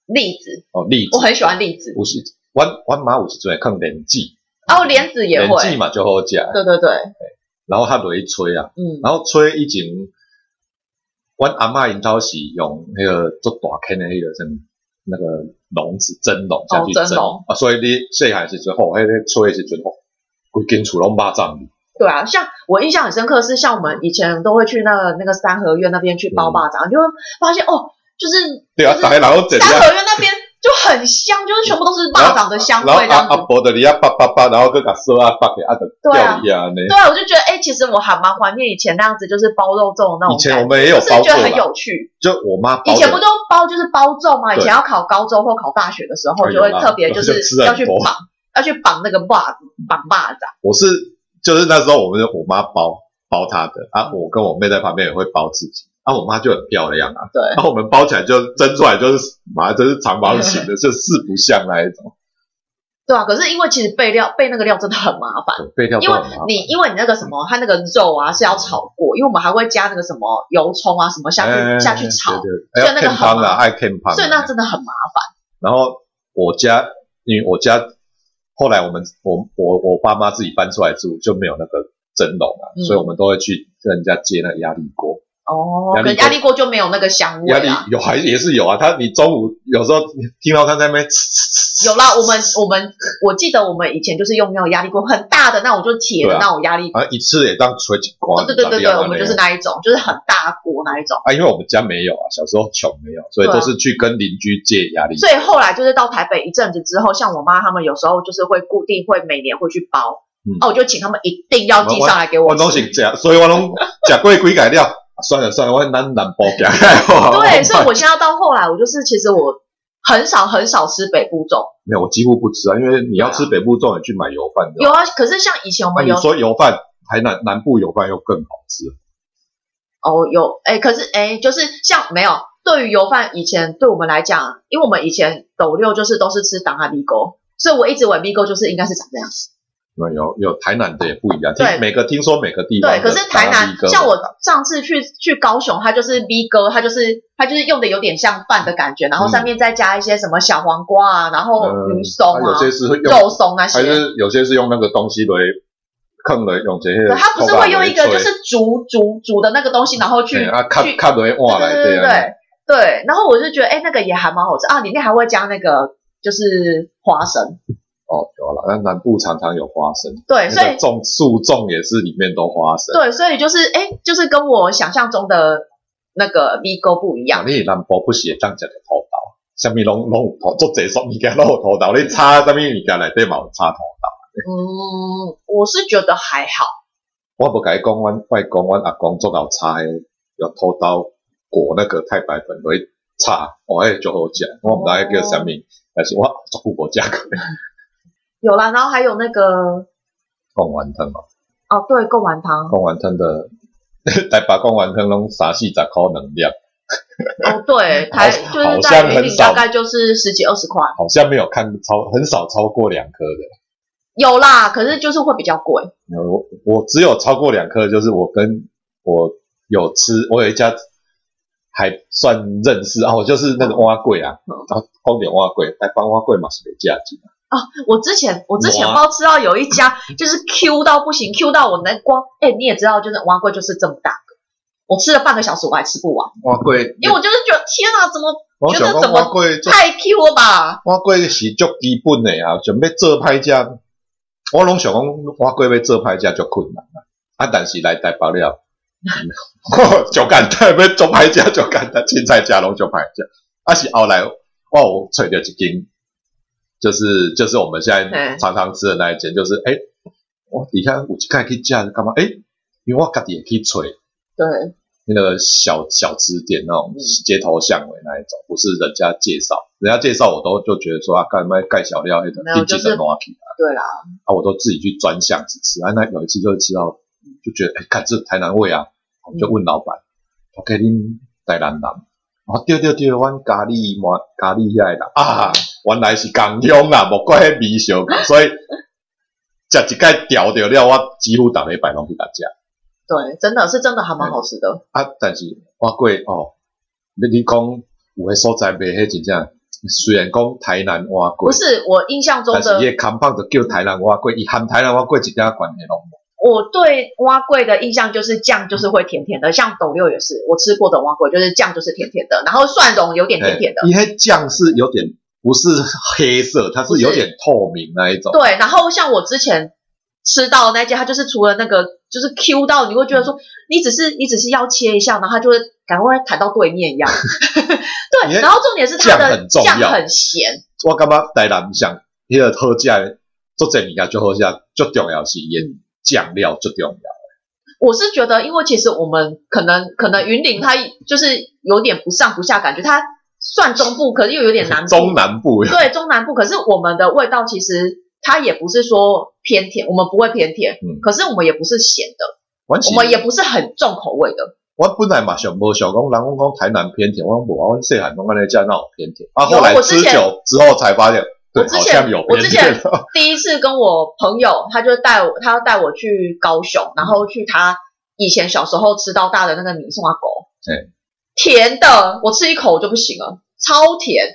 B: 栗子，
A: 哦，栗子
B: 我很喜欢栗子，
A: 五十，阮阮妈有时阵会放莲子，
B: 然后莲子也
A: 莲子
B: 会，
A: 嘛就好食，
B: 对对对，
A: 然后它落去吹啊，
B: 嗯，
A: 然后吹以前，阮阿嬷因头是用迄个做大坑的迄个什么那个笼子蒸笼下去
B: 哦
A: 蒸
B: 蒸笼
A: 啊，所以你细汉时阵吼，迄个吹的时阵吼，规间厝拢巴掌味，
B: 对啊，像我印象很深刻是，像我们以前都会去那个那个三合院那边去
A: 嗯
B: 包巴掌，你就会发现哦，就是
A: 对啊
B: 就，是
A: 大家然后怎
B: 三
A: 样？
B: 合院那边就很香，就是全部都是巴掌的香
A: 然后
B: 味这
A: 阿
B: 样
A: 阿
B: 子。
A: 婆的你啊叭叭叭，然后佮甲锁啊绑起来啊，就
B: 对
A: 吊
B: 啊
A: 起啊，安尼。
B: 对啊，我就觉得哎、其实我还蛮怀念以前那样子，就是包肉粽的那
A: 以
B: 种
A: 前我
B: 感觉。
A: 们也有
B: 啊就是
A: 包
B: 觉得
A: 过
B: 很
A: 啦，
B: 有趣，
A: 就我妈包
B: 以前不
A: 的，
B: 都包就是包粽吗？以
A: 对
B: 前要考高中或考大学的时候，
A: 哎
B: 就会
A: 有啦
B: 特别就
A: 就是吃很
B: 要去
A: 多
B: 绑，要去绑那个把子，绑把子。
A: 我是就是那时候我们我妈包包她的
B: 嗯
A: 啊，我跟我妹在旁边也会包自己啊，我妈就很漂亮啊，
B: 对，
A: 然后我们包起来就蒸出来就是马上就是长方形 的，就四不像那一种，
B: 对啊。可是因为其实备料备那个料真的很麻烦，
A: 备料都
B: 因为
A: 很麻烦。
B: 你因为你那个什么，它那个肉啊是要炒过，因为我们还会加那个什么油葱啊什么下去、
A: 哎
B: 下去炒，
A: 对对，哎
B: 所以那个
A: 要 can
B: 很
A: 汤啦，
B: 麻
A: 爱 can 汤啊。
B: 所以那真的很麻烦。
A: 然后我家，因为我家后来我们我我我爸妈自己搬出来住，就没有那个蒸笼啊，
B: 嗯
A: 所以我们都会去跟人家借那个压力锅。
B: 哦，
A: 压力锅
B: 可是压力锅就没有那个香味
A: 压力
B: 啦。
A: 有还也是有啊，他你中午有时候听到他在那边，
B: 有啦，我们我们我记得我们以前就是用那种压力锅，很大的那种，就是铁
A: 对啊
B: 的那种压力锅。
A: 啊一次也当吹几光，
B: 哦对对对
A: 怎么
B: 对对，
A: 样啊
B: 我们就是
A: 那样
B: 那一种，就是很大锅那一种。
A: 啊，因为我们家没有啊，小时候穷没有，所以
B: 对啊
A: 都是去跟邻居借压力锅。
B: 所以后来就是到台北一阵子之后，像我妈他们有时候就是会固定会每年会去包，
A: 嗯
B: 哦，我就请他们一定要寄上来给我
A: 我
B: 吃。
A: 拢是吃，所以我拢吃过几改料。啊算了算了，我南南部行开好了。
B: 对，所以我现在到后来，我就是其实我很少很少吃北部粽。
A: 没有，我几乎不吃啊，因为你要吃北部粽，你去买油饭的。
B: 有啊，可是像以前我
A: 那
B: 们
A: 哦你
B: 有、
A: 说油饭，台南南部油饭又更好吃，
B: 哦有哎，可是哎，就是像没有对于油饭以前对我们来讲，因为我们以前斗六就是都是吃党阿米糕，所以我一直以为米糕就是应该是长这样。
A: 那有有台南的也不一样，听
B: 对
A: 每个听说每个地方
B: 对，
A: 的
B: 可是台
A: 达利
B: 南
A: 哥
B: 像我上次去去高雄，它就是米糕，它就是它就是用的有点像饭的感觉，然后上面再加一些什么小黄瓜啊，然后
A: 嗯
B: 鱼松
A: 它有
B: 啊、
A: 些是会用
B: 肉松那
A: 还
B: 些。
A: 是有些是用那个东西来坑来用这些。
B: 对，它不是会用一个就是煮煮煮的那个东西，然后去
A: 对啊，卡
B: 去
A: 卡来
B: 对
A: 换来
B: 对对对
A: 啊。
B: 对对。然后我就觉得，哎，那个也还蛮好吃啊，里面还会加那个就是花生，
A: 哦，有了，那南部常常有花生，
B: 对，所
A: 那
B: 以
A: 个种树种也是里面都花生。
B: 对，所以就是哎，就是跟我想象中的那个米糕不一样。嗯
A: 你南部不是会当食个土豆，啥物拢拢有土，做这啥物件拢有土豆，你炒啥物物件内底嘛有炒土豆。
B: 嗯，我是觉得还好。
A: 我无甲伊讲，阮外公、阮阿公做老炒诶，用土豆裹那个太白粉，会炒，哦，迄就好食，我毋知迄叫啥物，但是我足久无食过。
B: 有啦，然后还有那个
A: 贡丸汤哦，
B: 哦，对，贡丸汤，
A: 贡丸汤的 台北贡丸汤拢三四十箍两粒，
B: 哦，对，台
A: 好
B: 就是
A: 好
B: 在
A: 像
B: 云
A: 很
B: 顶
A: 少
B: 大概就是十几二十块，
A: 好像没有看超很少超过两颗的。
B: 有啦，可是就是会比较贵。
A: 我我只有超过两颗，就是我跟我有吃，我有一家还算认识啊，我就是那个蛙贵啊，
B: 嗯
A: 然后光点蛙贵，台湾蛙贵嘛是没价值。
B: 我之前我之前
A: 哇
B: 包知道有一家就是 Q 到不行，Q 到我能光哎、你也知道，就是蛙龟就是这么大个，我吃了半个小时我还吃不完，
A: 蛙贵，
B: 因为我就是觉得天啊哪，怎么
A: 我想
B: 觉得
A: 讲
B: 怎么
A: 蛙贵就
B: 太 Q 了吧？
A: 啊我过是足基本的啊，想要做歹食，我拢想讲我过要做歹食足困难啊。啊，但是来台北了， 足简单，要做歹食足简单，凊彩食拢足歹食。啊，是后来我有找着一间，就是就是我们现在
B: 嘿
A: 常常吃的那一间，就是诶、我底下有一间去食，干嘛？诶、因为我家己会去找
B: 对，
A: 那个小小吃店那种
B: 嗯
A: 街头巷尾那一种，不是人家介绍，人家介绍我都就觉得说啊，干嘛盖小料那种
B: 没有
A: 一级
B: 就是
A: 的暖皮啊，
B: 对啦，
A: 啊，我都自己去专巷子吃啊。那有一次就吃到，就觉得哎，看这台南味啊，我
B: 嗯
A: 就问老板，我给恁台南人，哦，对对对，阮咖喱麻咖喱遐的人啊，原来是共乡啊，莫怪迄味相共，所以食一盖调着了，我几乎逐礼拜拢去甲食。
B: 对，真的是真的还蛮好吃的。
A: 啊，但是我过哦，你你讲有诶所在卖迄真正，虽然讲台南蛙粿
B: 不，是我印象中
A: 但是
B: 的，
A: 伊诶扛棒就叫台南蛙粿，伊含台南蛙粿一点关系拢无。
B: 我对蛙桂的印象就是酱就是会甜甜的，像斗六也是，我吃过的蛙桂就是酱就是甜甜的，然后蒜蓉有点甜甜的，
A: 啊伊迄酱是有点不是黑色，它是有点透明那一种。
B: 对，然后像我之前吃到的那家，它就是除了那个就是 Q 到，你会觉
A: 嗯
B: 得说你只是你只是要切一下，然后它就会赶快弹到对面 一样。
A: 你
B: 对，
A: 看
B: 然后重点是它
A: 酱
B: 的
A: 很重
B: 酱
A: 要
B: 很咸，
A: 我感觉台南像迄个好食诶，做这物件最好食，最重要是伊诶酱料最重要。
B: 我是觉得，因为其实我们可能可能云顶它就是有点不上不下感觉，它算中部，可是又有点南部。
A: 中南部有
B: 对中南部，可是我们的味道其实它也不是说偏甜，我们不会偏甜，
A: 嗯
B: 可是我们也不是咸的，
A: 我是
B: 我们也不是很重口味的。
A: 我本来嘛想无想讲，人讲讲台南偏甜，我讲无啊，阮细汉拢安尼食那有偏甜。啊，
B: 有
A: 后来
B: 我之
A: 吃
B: 前
A: 久之后才发现，对，
B: 我之
A: 好
B: 前
A: 像有
B: 我
A: 偏
B: 之
A: 甜
B: 前。第一次跟我朋友，他就带我，他要带我去高雄，然后去他以前小时候吃到大的那个米线狗，
A: 对，
B: 甜的，我吃一口我就不行了，超甜。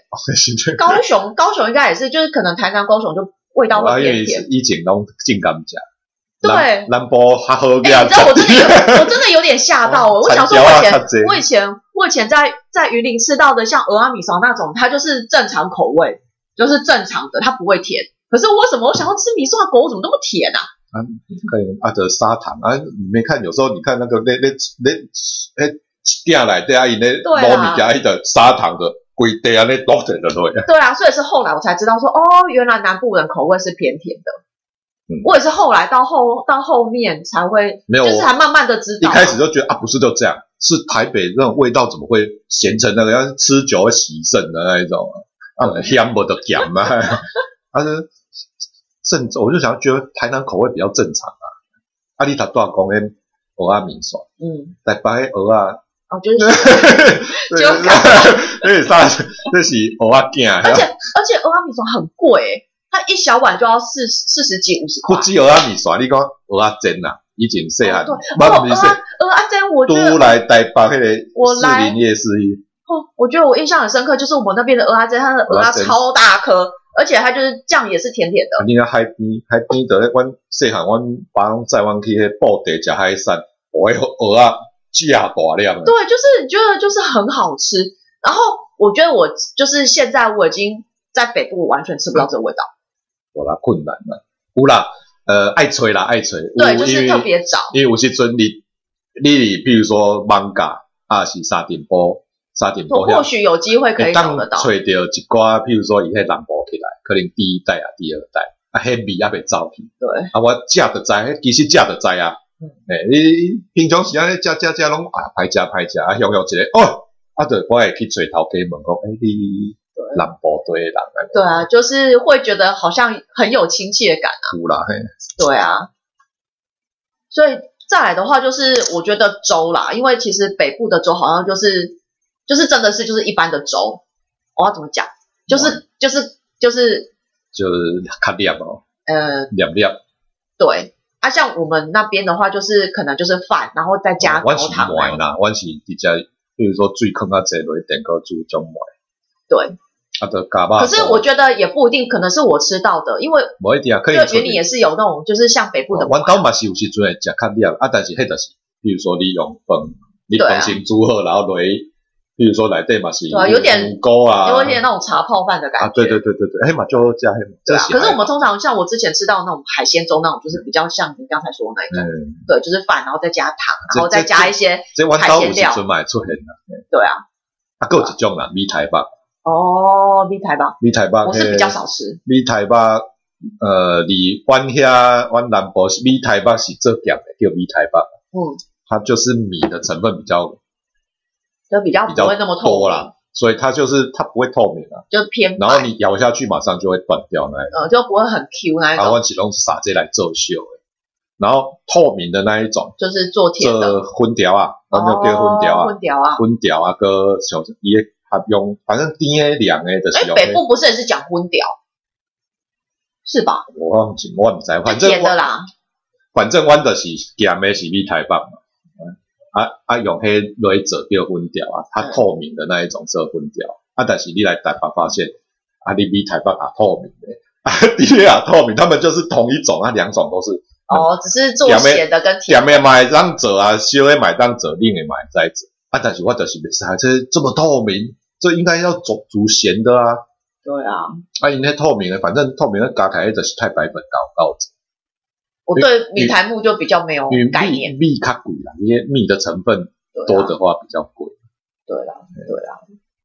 B: 高雄高雄应该也是，就是可能台南高雄就味道
A: 啊，
B: 会
A: 因为
B: 偏甜。
A: 以前拢尽敢食，
B: 对
A: 南南部较好食。
B: 哎、你知道我真的 有，我真的有点吓到我。我
A: 产
B: 想说，
A: 条
B: 我
A: 啊
B: 以前
A: 较济
B: 我以前我以前在在云林吃到的像俄阿米烧那种，它就是正常口味，就是正常的，它不会甜。可是我为什么我想要吃米线狗，我怎么那么甜啊？
A: 可以啊，就是砂糖啊，你没看有时候你看那个那那那那店内底啊，伊咧
B: 对
A: 卤
B: 啦
A: 物件，伊就砂糖的规地啊，咧落着就落。
B: 对啊，所以是后来我才知道说，哦，原来南部人口味是偏甜的。
A: 嗯
B: 我也是后来到后到后面才会，
A: 没有
B: 就是才慢慢的知
A: 一
B: 道。
A: 开始就觉得啊，不是就这样，是台北那种味道怎么会咸成那个样？要是吃久会洗肾的那一种啊，啊，香不得咸啊。 但是正，我就想觉得台南口味比较正常啊。啊，你读大公的蚵仔面线，
B: 嗯，
A: 台北的蚵仔，
B: 哦， 就是，
A: 对，
B: 就
A: 那是啥？那是蚵仔
B: 而且
A: 囝，啊
B: 而且俄阿米索很贵、欸，它一小碗就要四四十几五十
A: 不
B: 块。
A: 止蚵仔面线，你讲蚵仔煎啦，以前细汉，
B: 哦对，
A: 不
B: 哦，
A: 不
B: 俄
A: 是
B: 阿俄阿珍，我觉
A: 都
B: 得。
A: 来台北迄
B: 我
A: 个
B: 来
A: 士林夜市，
B: 哦，我觉得我印象很深刻，就是我们那边的鹅阿珍，它的鹅阿
A: 蚵仔煎
B: 超大颗，而且它就是酱也是甜甜的。
A: 肯定个海边，海边就咧，阮细汉阮爸拢载阮去迄布袋食海产，我迄蚵仔食大粒诶。
B: 对，就是你觉得就是很好吃。然后我觉得我就是现在我已经在北部完全吃不到这个味道，
A: 嗯有啦困难啦，有啦，呃，爱吹啦，爱吹，
B: 对，
A: 有
B: 就
A: 因
B: 是
A: 为
B: 特别早。
A: 因为有时阵你你比如说芒嘎啊是沙丁波，沙丁波
B: 或或许有机会可以找
A: 当
B: 得到。
A: 找到一寡，譬如说伊迄人波起来，可能第一代啊、第二代啊，迄味啊袂走去。
B: 对，
A: 啊，我食就知，迄其实食就知啊。
B: 嗯
A: 诶、你平常时啊，你食食食拢啊，歹食歹食，啊，享用一个哦，啊，啊，对，我会去找头家问讲，诶、你南部队的人安
B: 对啊，就是会觉得好像很有亲切感。
A: 尼有啦嘿，
B: 对啊，所以再来的话，就是我觉得粥啦，因为其实北部的粥好像就是就是真的是就是一般的粥，我要怎么讲？就是就是就是
A: 就是较黏哦，
B: 呃，
A: 黏黏。
B: 对啊，像我们那边的话，就是可能就是饭，然后再加
A: 阮
B: 高
A: 是
B: 汤
A: 糜啦，阮是直接，比如说水坑啊，坐落去电锅煮种糜，
B: 对，
A: 啊，就加肉。
B: 可是我觉得也不一定，可能是我吃到的，因为
A: 无一定啊，可以
B: 因
A: 出去。
B: 为云林也是有那种就是像北部的
A: 阮
B: 麻
A: 哦兜嘛是有时阵会食较黏，啊，但是迄就是，比如说你用饭，你
B: 对啊
A: 饭先煮好，然后落去，比如说内底嘛是
B: 对啊有点
A: 牛菇啊，
B: 有一点那种茶泡饭的感觉。
A: 啊，对对对对对，迄嘛就好食，迄嘛。
B: 对啊，
A: 这
B: 可是我
A: 还
B: 们通常像我之前吃到那种海鲜粥那种，就是比较像你刚才说的那一种，
A: 嗯，
B: 对，就是饭，然后再加糖，
A: 这
B: 然后再加一些，
A: 这阮兜有
B: 海鲜料
A: 时阵嘛会出现啦。
B: 对啊，
A: 啊，还有一种啦，米苔肉，
B: 哦，米苔吧，
A: 米苔肉，
B: 我是比较少吃，
A: 米苔肉，呃，离阮遐阮南部是米苔肉是做咸的，叫米苔肉，
B: 嗯，
A: 它就是米的成分比较
B: 就比较
A: 比
B: 不
A: 较
B: 会那么透
A: 多
B: 明，
A: 啦，所以它就是它不会透明啊，
B: 就偏白
A: 然后你咬下去马上就会断掉那一种。
B: 呃就不会很 Q 那一
A: 台
B: 种，
A: 湾是拢是撒这来做秀的，然后透明的那一种
B: 就是做甜的，
A: 做粉条啊，咱就叫粉条
B: 哦
A: 啊
B: 混，条啊，
A: 粉条啊，个小伊个合用，反正甜的凉的，就是
B: 哎，
A: 用
B: 北
A: 的。
B: 部不是也是讲混条，是吧？
A: 我忘记我唔知，反
B: 就
A: 正
B: 甜的
A: 我
B: 啦，
A: 反正阮就是咸的是米台棒嘛。啊啊，用迄落去做叫粉条啊，它
B: 嗯
A: 透明的那一种做粉条啊，但是你来台北发现，啊，你米台棒啊透明的，啊， 你啊透明，他们就是同一种啊，两种都是
B: 哦，只是做
A: 甜的
B: 咸的跟甜
A: 咸
B: 的，
A: 的买当做啊，烧的买当做，冷的买再做。啊，但是我就是没啥，这这么透明，这应该要煮煮咸的啊。
B: 对啊，
A: 啊，因那透明的，反正透明的加起来就是太白粉高高子，
B: 我对米苔木就比较没有
A: 因为
B: 概
A: 蜜
B: 念，
A: 蜜较贵啦，因为蜜的成分
B: 对啊
A: 多的话比较贵。
B: 对啦，对啦。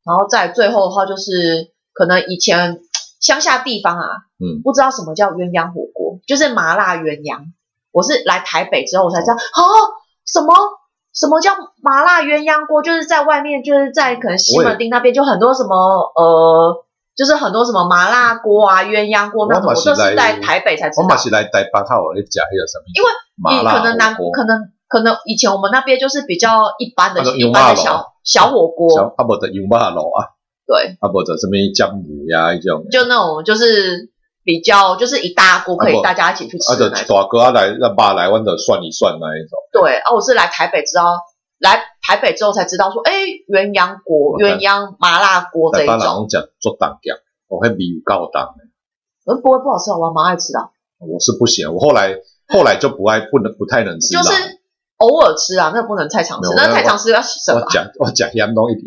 B: 然后再最后的话，就是可能以前乡下地方啊，
A: 嗯
B: 不知道什么叫鸳鸯火锅，就是麻辣鸳鸯。我是来台北之后我才知道，哦，什么什么叫麻辣鸳鸯锅，就是在外面，就是在可能西门町那边就很多什么呃，就是很多什么麻辣锅啊、鸳鸯锅那种，
A: 我
B: 我
A: 嘛是
B: 都是
A: 来
B: 在台北才知
A: 我嘛
B: 道。
A: 是来台北较有咧食迄个什么，
B: 因为嗯
A: 麻
B: 你可能
A: 辣
B: 南
A: 火锅，
B: 可能可能以前我们那边就是比较一般的
A: 那种
B: 一般
A: 牛肉
B: 的小小火锅，
A: 哦小啊无就油麻肉啊，
B: 对。
A: 啊无就什么姜母呀迄种的，
B: 就那种就是比较就是一大锅可
A: 啊不
B: 以大家一起去吃
A: 啊就
B: 的那种。
A: 大哥啊来那肉来，阮就涮一涮那一种。
B: 对，啊，我是来台北知道，来台北之后才知道说，哎，鸳鸯锅、
A: 我看
B: 鸳鸯麻辣锅这
A: 台
B: 一
A: 北人
B: 种，
A: 拢食做重咸，哦，迄味有够重。
B: 嗯，不会不好吃，我蛮爱吃的啊，
A: 我是不行，我后来后来就不爱不能不太能吃
B: 就
A: 辣。
B: 是偶尔吃啊，那个不能太常吃
A: 啊没有，
B: 那
A: 我
B: 太常吃要洗手
A: 我
B: 啊。
A: 讲我讲咸东一点，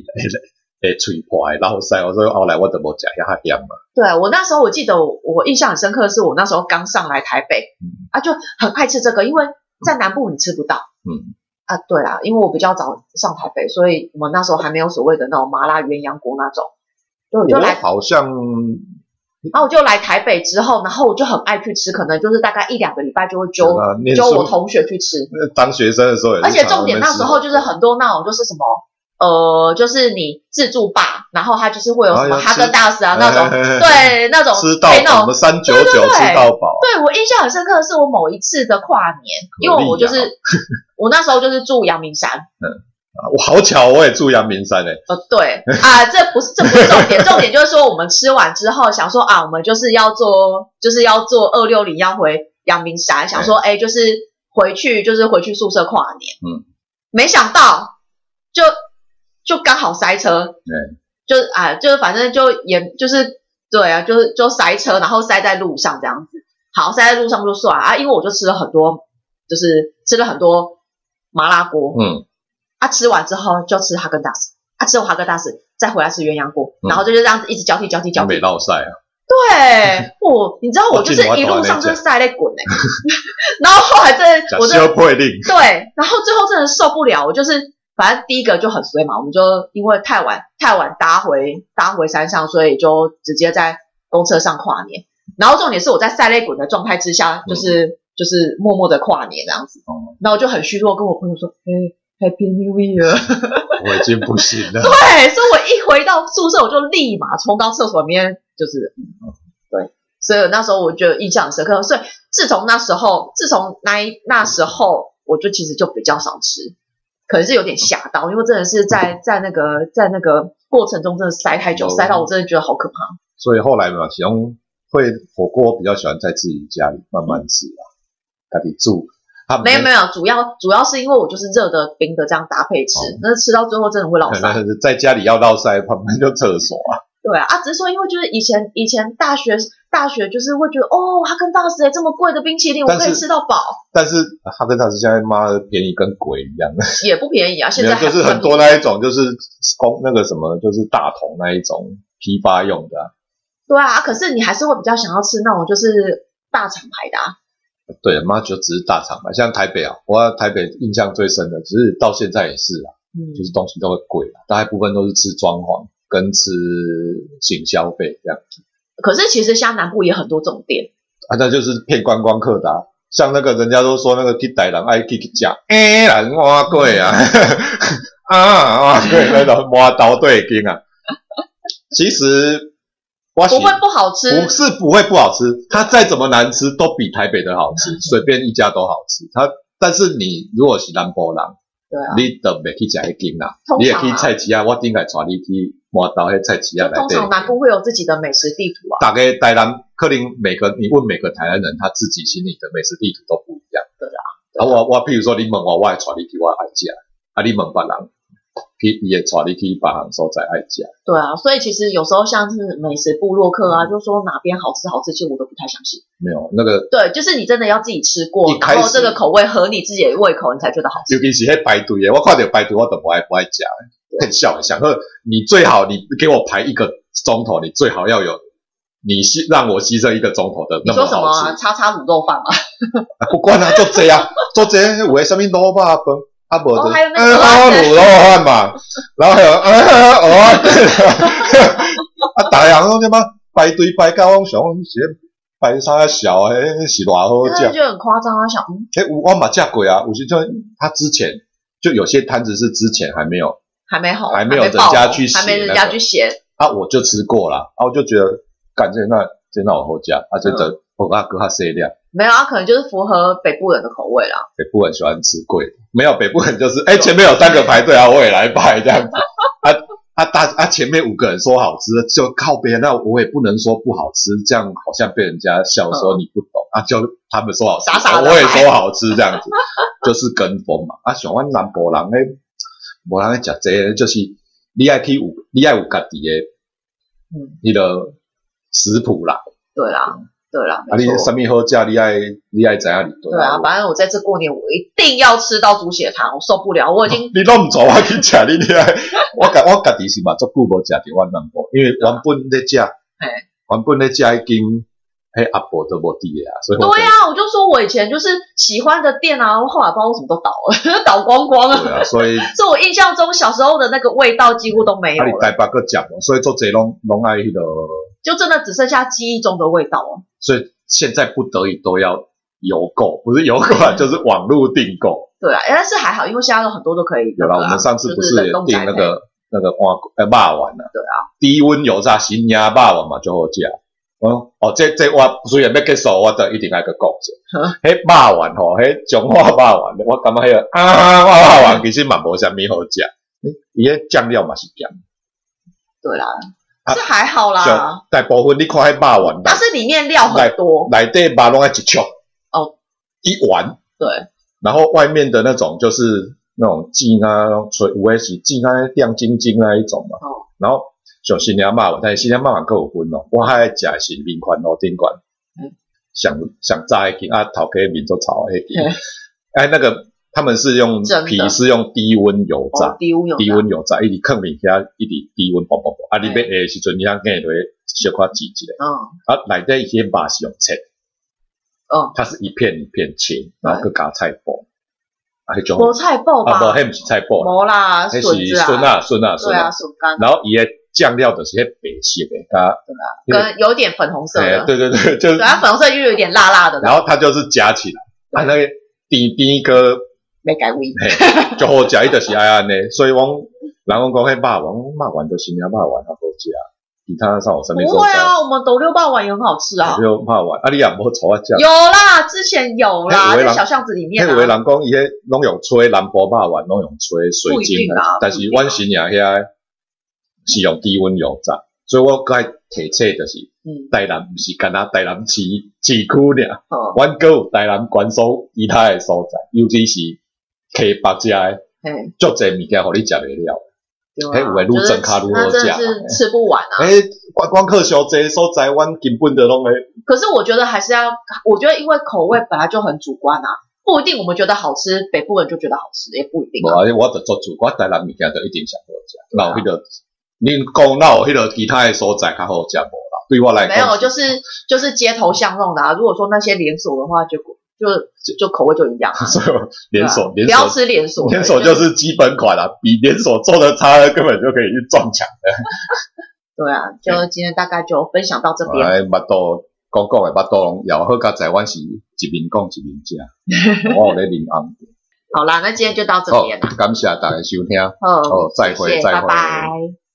A: 诶，嘴破的老塞，我说后来我都无食遐咸嘛。
B: 对我那时候我记得我我印象很深刻的是，我那时候刚上来台北
A: 嗯
B: 啊，就很爱吃这个，因为在南部你吃不到。
A: 嗯，
B: 啊，对啦，因为我比较早上台北，所以我们那时候还没有所谓的那种麻辣鸳鸯锅那种，对，我就来
A: 我好像啊
B: 然后我就来台北之后，然后我就很爱去吃，可能就是大概一两个礼拜就会揪
A: 啊念
B: 揪我
A: 书
B: 同学去吃，
A: 当学生的时候也是
B: 而
A: 常常在
B: 且
A: 吃火锅，
B: 重点那时候就是很多那种就是什么呃，就是你自助吧，然后它就是会有什么
A: 啊要
B: 哈根达斯啊
A: 吃
B: 那种，
A: 嘿嘿嘿
B: 对那种
A: 吃到
B: 配那
A: 饱，我
B: 种
A: 们三九九吃到饱，
B: 对我印象很深刻的是，我某一次的跨年，因为我就是我那时候就是住阳明山，
A: 啊我好巧，我也住阳明山诶，欸
B: 呃，对啊，这不是这不是重点，重点就是说我们吃完之后想说啊，我们就是要做就是要做二六零要回阳明山，想说哎，就是回去就是回去宿舍跨年，
A: 嗯，
B: 没想到就就刚好塞车，对，就啊就是反正就也就是对啊，就是就塞车，然后塞在路上这样子，好塞在路上就算了啊，因为我就吃了很多，就是吃了很多麻辣锅，
A: 嗯，
B: 啊，吃完之后就吃哈根达斯，啊，吃完哈根达斯再回来吃鸳�鸯锅，
A: 嗯
B: 然后就就这样子一直交替交替交
A: 江北
B: 替。
A: 绕塞啊，
B: 对，我你知道
A: 我
B: 我就
A: 记
B: 是
A: 得我
B: 一
A: 懂
B: 路
A: 那
B: 上
A: 件
B: 就是晒泪滚哎， 然后后来真
A: 假
B: 的我真的
A: 修配令，
B: 对，然后最后真的受不了，我就是反正第一个就很衰嘛，我们就因为太晚太晚搭回搭回山上，所以就直接在公车上跨年。然后重点是我在晒泪滚的状态之下，就是、就是默默的跨年这样子，
A: 嗯哦
B: 然后我就很虚弱，跟我朋友说，哎、h a p p y New Year。
A: 我已经不行了。
B: 对，所以我一回到宿舍，我就立马冲到厕所里面，就是对，所以那时候我就印象很深刻。所以自从那时候，自从那一那时候，我就其实就比较少吃，可能是有点吓到，因为真的是在在那个在那个过程中真的塞太久，
A: 哦
B: 塞到我真的觉得好可怕。
A: 所以后来嘛，喜欢会火锅比较喜欢在自己家里慢慢吃啊，家里住。他
B: 没有没有，主要主要是因为我就是热的冰的这样搭配吃，
A: 哦
B: 那吃到最后真的会老
A: 可
B: 塞。
A: 能是在家里要绕塞，旁边就厕所啊。
B: 对啊，啊，只是说因为就是以前以前大学大学就是会觉得哦，哈根达斯哎这么贵的冰淇淋我
A: 但是
B: 可以吃到饱，
A: 但是啊哈根达斯现在妈的便宜跟鬼一样，
B: 也不便宜啊，现 在
A: 没有就是
B: 还
A: 很多那一种就是公那个什么就是大桶那一种批发用的啊、
B: 对啊，可是你还是会比较想要吃那种就是大厂牌的啊，
A: 对，妈就只是大厂嘛，像台北啊，我台北印象最深的，只是到现在也是啊，
B: 嗯，
A: 就是东西都会贵啊，大部分都是吃装潢跟吃行消费这样。
B: 可是其实像南部也很多这种店，
A: 啊，那就是骗观光客的、啊。像那个人家都说那个去台人爱去去吃，哎、人哇贵啊，
B: 嗯
A: 啊哇贵那种挖刀对金啊。其实我是
B: 不会不好吃，
A: 不是不会不好吃，它再怎么难吃都比台北的好
B: 嗯
A: 吃，随便一家都好吃。它但是你如果是南波人，
B: 对啊，
A: 你就袂去吃迄间啦，
B: 通
A: 你会
B: 常
A: 去
B: 啊
A: 菜市啊，我顶下带你去挖刀迄菜市啊
B: 就
A: 来
B: 通常南部会有自己的美食地图啊，
A: 大概台南可能每个你问每个台南人，他自己心里的美食地图都不一样的啦。啊，我我譬如说你问我，我会带你去我爱食，啊你问别人，去伊会带你去别行所在爱食。
B: 对啊，所以其实有时候像是美食部落客啊，
A: 嗯
B: 就说哪边好吃好吃，其实我都不太相信。
A: 没有那个，
B: 对，就是你真的要自己吃过
A: 一，开
B: 然后
A: 始
B: 这个口味合你自己的胃口，你才觉得好
A: 尤
B: 吃。
A: 其是迄排队的，我看到排队我都不爱不爱食，
B: 啊
A: 很笑想说你最好你给我排一个钟头，你最好要有你牺让我牺牲一个钟头的
B: 你
A: 那
B: 说
A: 么
B: 什么
A: 好吃
B: 啊？。叉叉卤肉饭吗？
A: 啊不管啊，做这啊，做这为什么萝卜饭？啊，无
B: 哦
A: 就
B: 还有那个
A: 嗯啊卤肉饭嘛，然后还有嗯啊哦，啊，大家拢他妈排队排到我想你是排啥小诶，那是偌好
B: 那
A: 食。
B: 就很夸张啊！想，嗯
A: 诶，有我嘛食过啊，有时阵他之前就有些摊子是之前还没有
B: 还没好，
A: 还没
B: 没
A: 有人
B: 爆
A: 家
B: 红
A: 去写
B: 还没人
A: 那
B: 家
A: 个
B: 去写，
A: 啊，我就吃过啦，啊，我就觉得感觉那真那好食，啊，真的我阿哥较细粒。
B: 没有啊，可能就是符合北部人的口味啦。
A: 北部很喜欢吃贵的，没有北部人就是哎、前面有三个排队啊，我也来排这样子啊啊大啊前面五个人说好吃，就靠边，那我也不能说不好吃，这样好像被人家笑说你不懂、啊，就他们说好吃，
B: 嗯
A: 啊
B: 傻傻地
A: 我也说好吃这样子，就是跟风嘛啊，喜欢南博人诶，无人咧食这个就是你爱去有你爱有家己的
B: 嗯，
A: 迄个食谱啦，
B: 对啦，对啦，
A: 啊
B: 没
A: 你
B: 错
A: 什么好食，你爱你爱知影里
B: 对啊，反正我这次过年我一定要吃到猪血汤，我受不了，我 已经
A: 你拢唔做，我去食你 你爱，我家我家己是嘛足久无食着阮南婆，因为
B: 啊
A: 原本咧食，原本咧食已经迄阿婆都无伫诶啊，所 以我
B: 对啊，我就说我以前就是喜欢的店啊，后来不知道为什么 都倒了，倒光光
A: 对
B: 了。
A: 啊，所以
B: 所以我印象中小时候的那个味道几乎都没有
A: 啊你
B: 了，
A: 台北个食无，所以做侪拢拢爱迄落，
B: 就真的只剩下记忆中的味道哦。
A: 所以现在不得已都要邮购，不是邮购
B: 嗯
A: 啊，就是网络订购。
B: 对啊，诶但是还好，因为现在有很多都可以那
A: 有啦，
B: 个啊。
A: 我们上次不
B: 就是冷
A: 也
B: 冻
A: 订
B: 宅
A: 那
B: 配
A: 个那个碗呃霸丸啊，
B: 对啊，
A: 低温油炸新鸭霸丸嘛就好食。哦，哦，这这我虽然要结束，我就一定爱个讲者。迄肉丸吼，迄中华肉丸，我感觉迄、个啊，我肉丸其实嘛无啥物好食，伊迄酱料嘛是咸，
B: 对啦，
A: 啊
B: 这还好啦。
A: 像大部分你看迄肉丸
B: 但是里面料很多，
A: 内内底肉拢爱一撮，
B: 哦，
A: 一丸，
B: 对，
A: 然后外面的那种就是那种浸啊，水有诶是浸啊亮晶晶那一种嘛，
B: 哦
A: 然后像新娘肉丸，但是新娘肉丸够有分哦，我还爱食的是面款路顶款
B: 嗯，
A: 上上炸迄间啊，头家面做炒迄间
B: 嗯，
A: 哎那个。他们是用
B: 真的
A: 皮是用低温油炸
B: 哦，，低温有
A: 低温油炸，一直放面遐，一直低温爆爆爆。啊，你要
B: 嘿
A: 下的时阵，你通跟落小可煎一下。
B: 嗯
A: 啊，内底迄肉是用切，
B: 嗯，
A: 它是一片一片切，然后佮加菜脯，啊，迄种
B: 菠菜爆
A: 啊，
B: 吧，
A: 无迄毋是菜脯啦，
B: 没啦，
A: 迄
B: 笋
A: 是
B: 子
A: 笋
B: 啊，
A: 啊笋啊
B: 对
A: 笋
B: 啊，
A: 啊。
B: 笋干，
A: 然后伊诶酱料就是迄白色诶，加
B: 跟有点粉红色
A: 哎
B: 的，
A: 对对 对，
B: 啊
A: 就是
B: 对，它粉红色又有点辣辣的啦，
A: 然后它就是夹起来，啊，那个甜甜个
B: 没改味。
A: 就好食，伊就是爱安尼。所以我人讲讲迄肉丸，肉丸就是领肉丸较好食，其他啥有啥物
B: 不
A: 所
B: 会
A: 在？
B: 啊，我们斗六霸碗也很好吃啊
A: 就。肉丸，啊你也毋好吵我食。
B: 有啦，之前有啦，
A: 嘿有的
B: 在
A: 人
B: 小巷子里面
A: 迄
B: 啊
A: 有诶人。讲伊迄拢用吹南部肉丸，拢用吹水
B: 不一
A: 晶
B: 定啊
A: 但是阮新爷遐是用低温油炸，所以我该提醒就是
B: 嗯，
A: 台南毋是干那台南市市区尔，
B: 哦，
A: 阮阁有台南关所其他诶所在，尤其是溪北遮诶，
B: 嘿，
A: 足侪物件互你食袂了。
B: 对啊
A: 嘿有的路正卡路好
B: 就是
A: 吃
B: 那真的是吃不完啊。
A: 诶、观光客小济所在，阮根本就拢会
B: 可是我觉得还是要，我觉得因为口味本来就很主观啊，不一定我们觉得好吃，北部人就觉得好吃，也不一定
A: 无啊，
B: 啊。
A: 我着做主，我台南物件着一定上好食。然后迄个，恁讲那有迄个其他诶所在较好食无啦？对我来
B: 没有，
A: 讲，
B: 就是就是街头巷弄的啊。如果说那些连锁的话，就就就口味就一样 啊。
A: 所以我连锁
B: 对
A: 连
B: 啊不要
A: 锁
B: 吃连锁的，
A: 连锁就是基本款啦、比连锁做的差的根本就可以去撞墙。
B: 对啊。就
A: 嗯
B: 今天大概就分享到这边。
A: 哎，巴肚讲讲诶，巴肚拢枵，好佳在阮是一面讲一面食，哦 我有咧啉红。
B: 好啦，那今天就到这
A: 好
B: 边啦。，
A: 感谢大家收听，
B: 好，
A: 好，再
B: 谢
A: 会，
B: 谢
A: 再
B: 拜
A: 会。
B: 拜。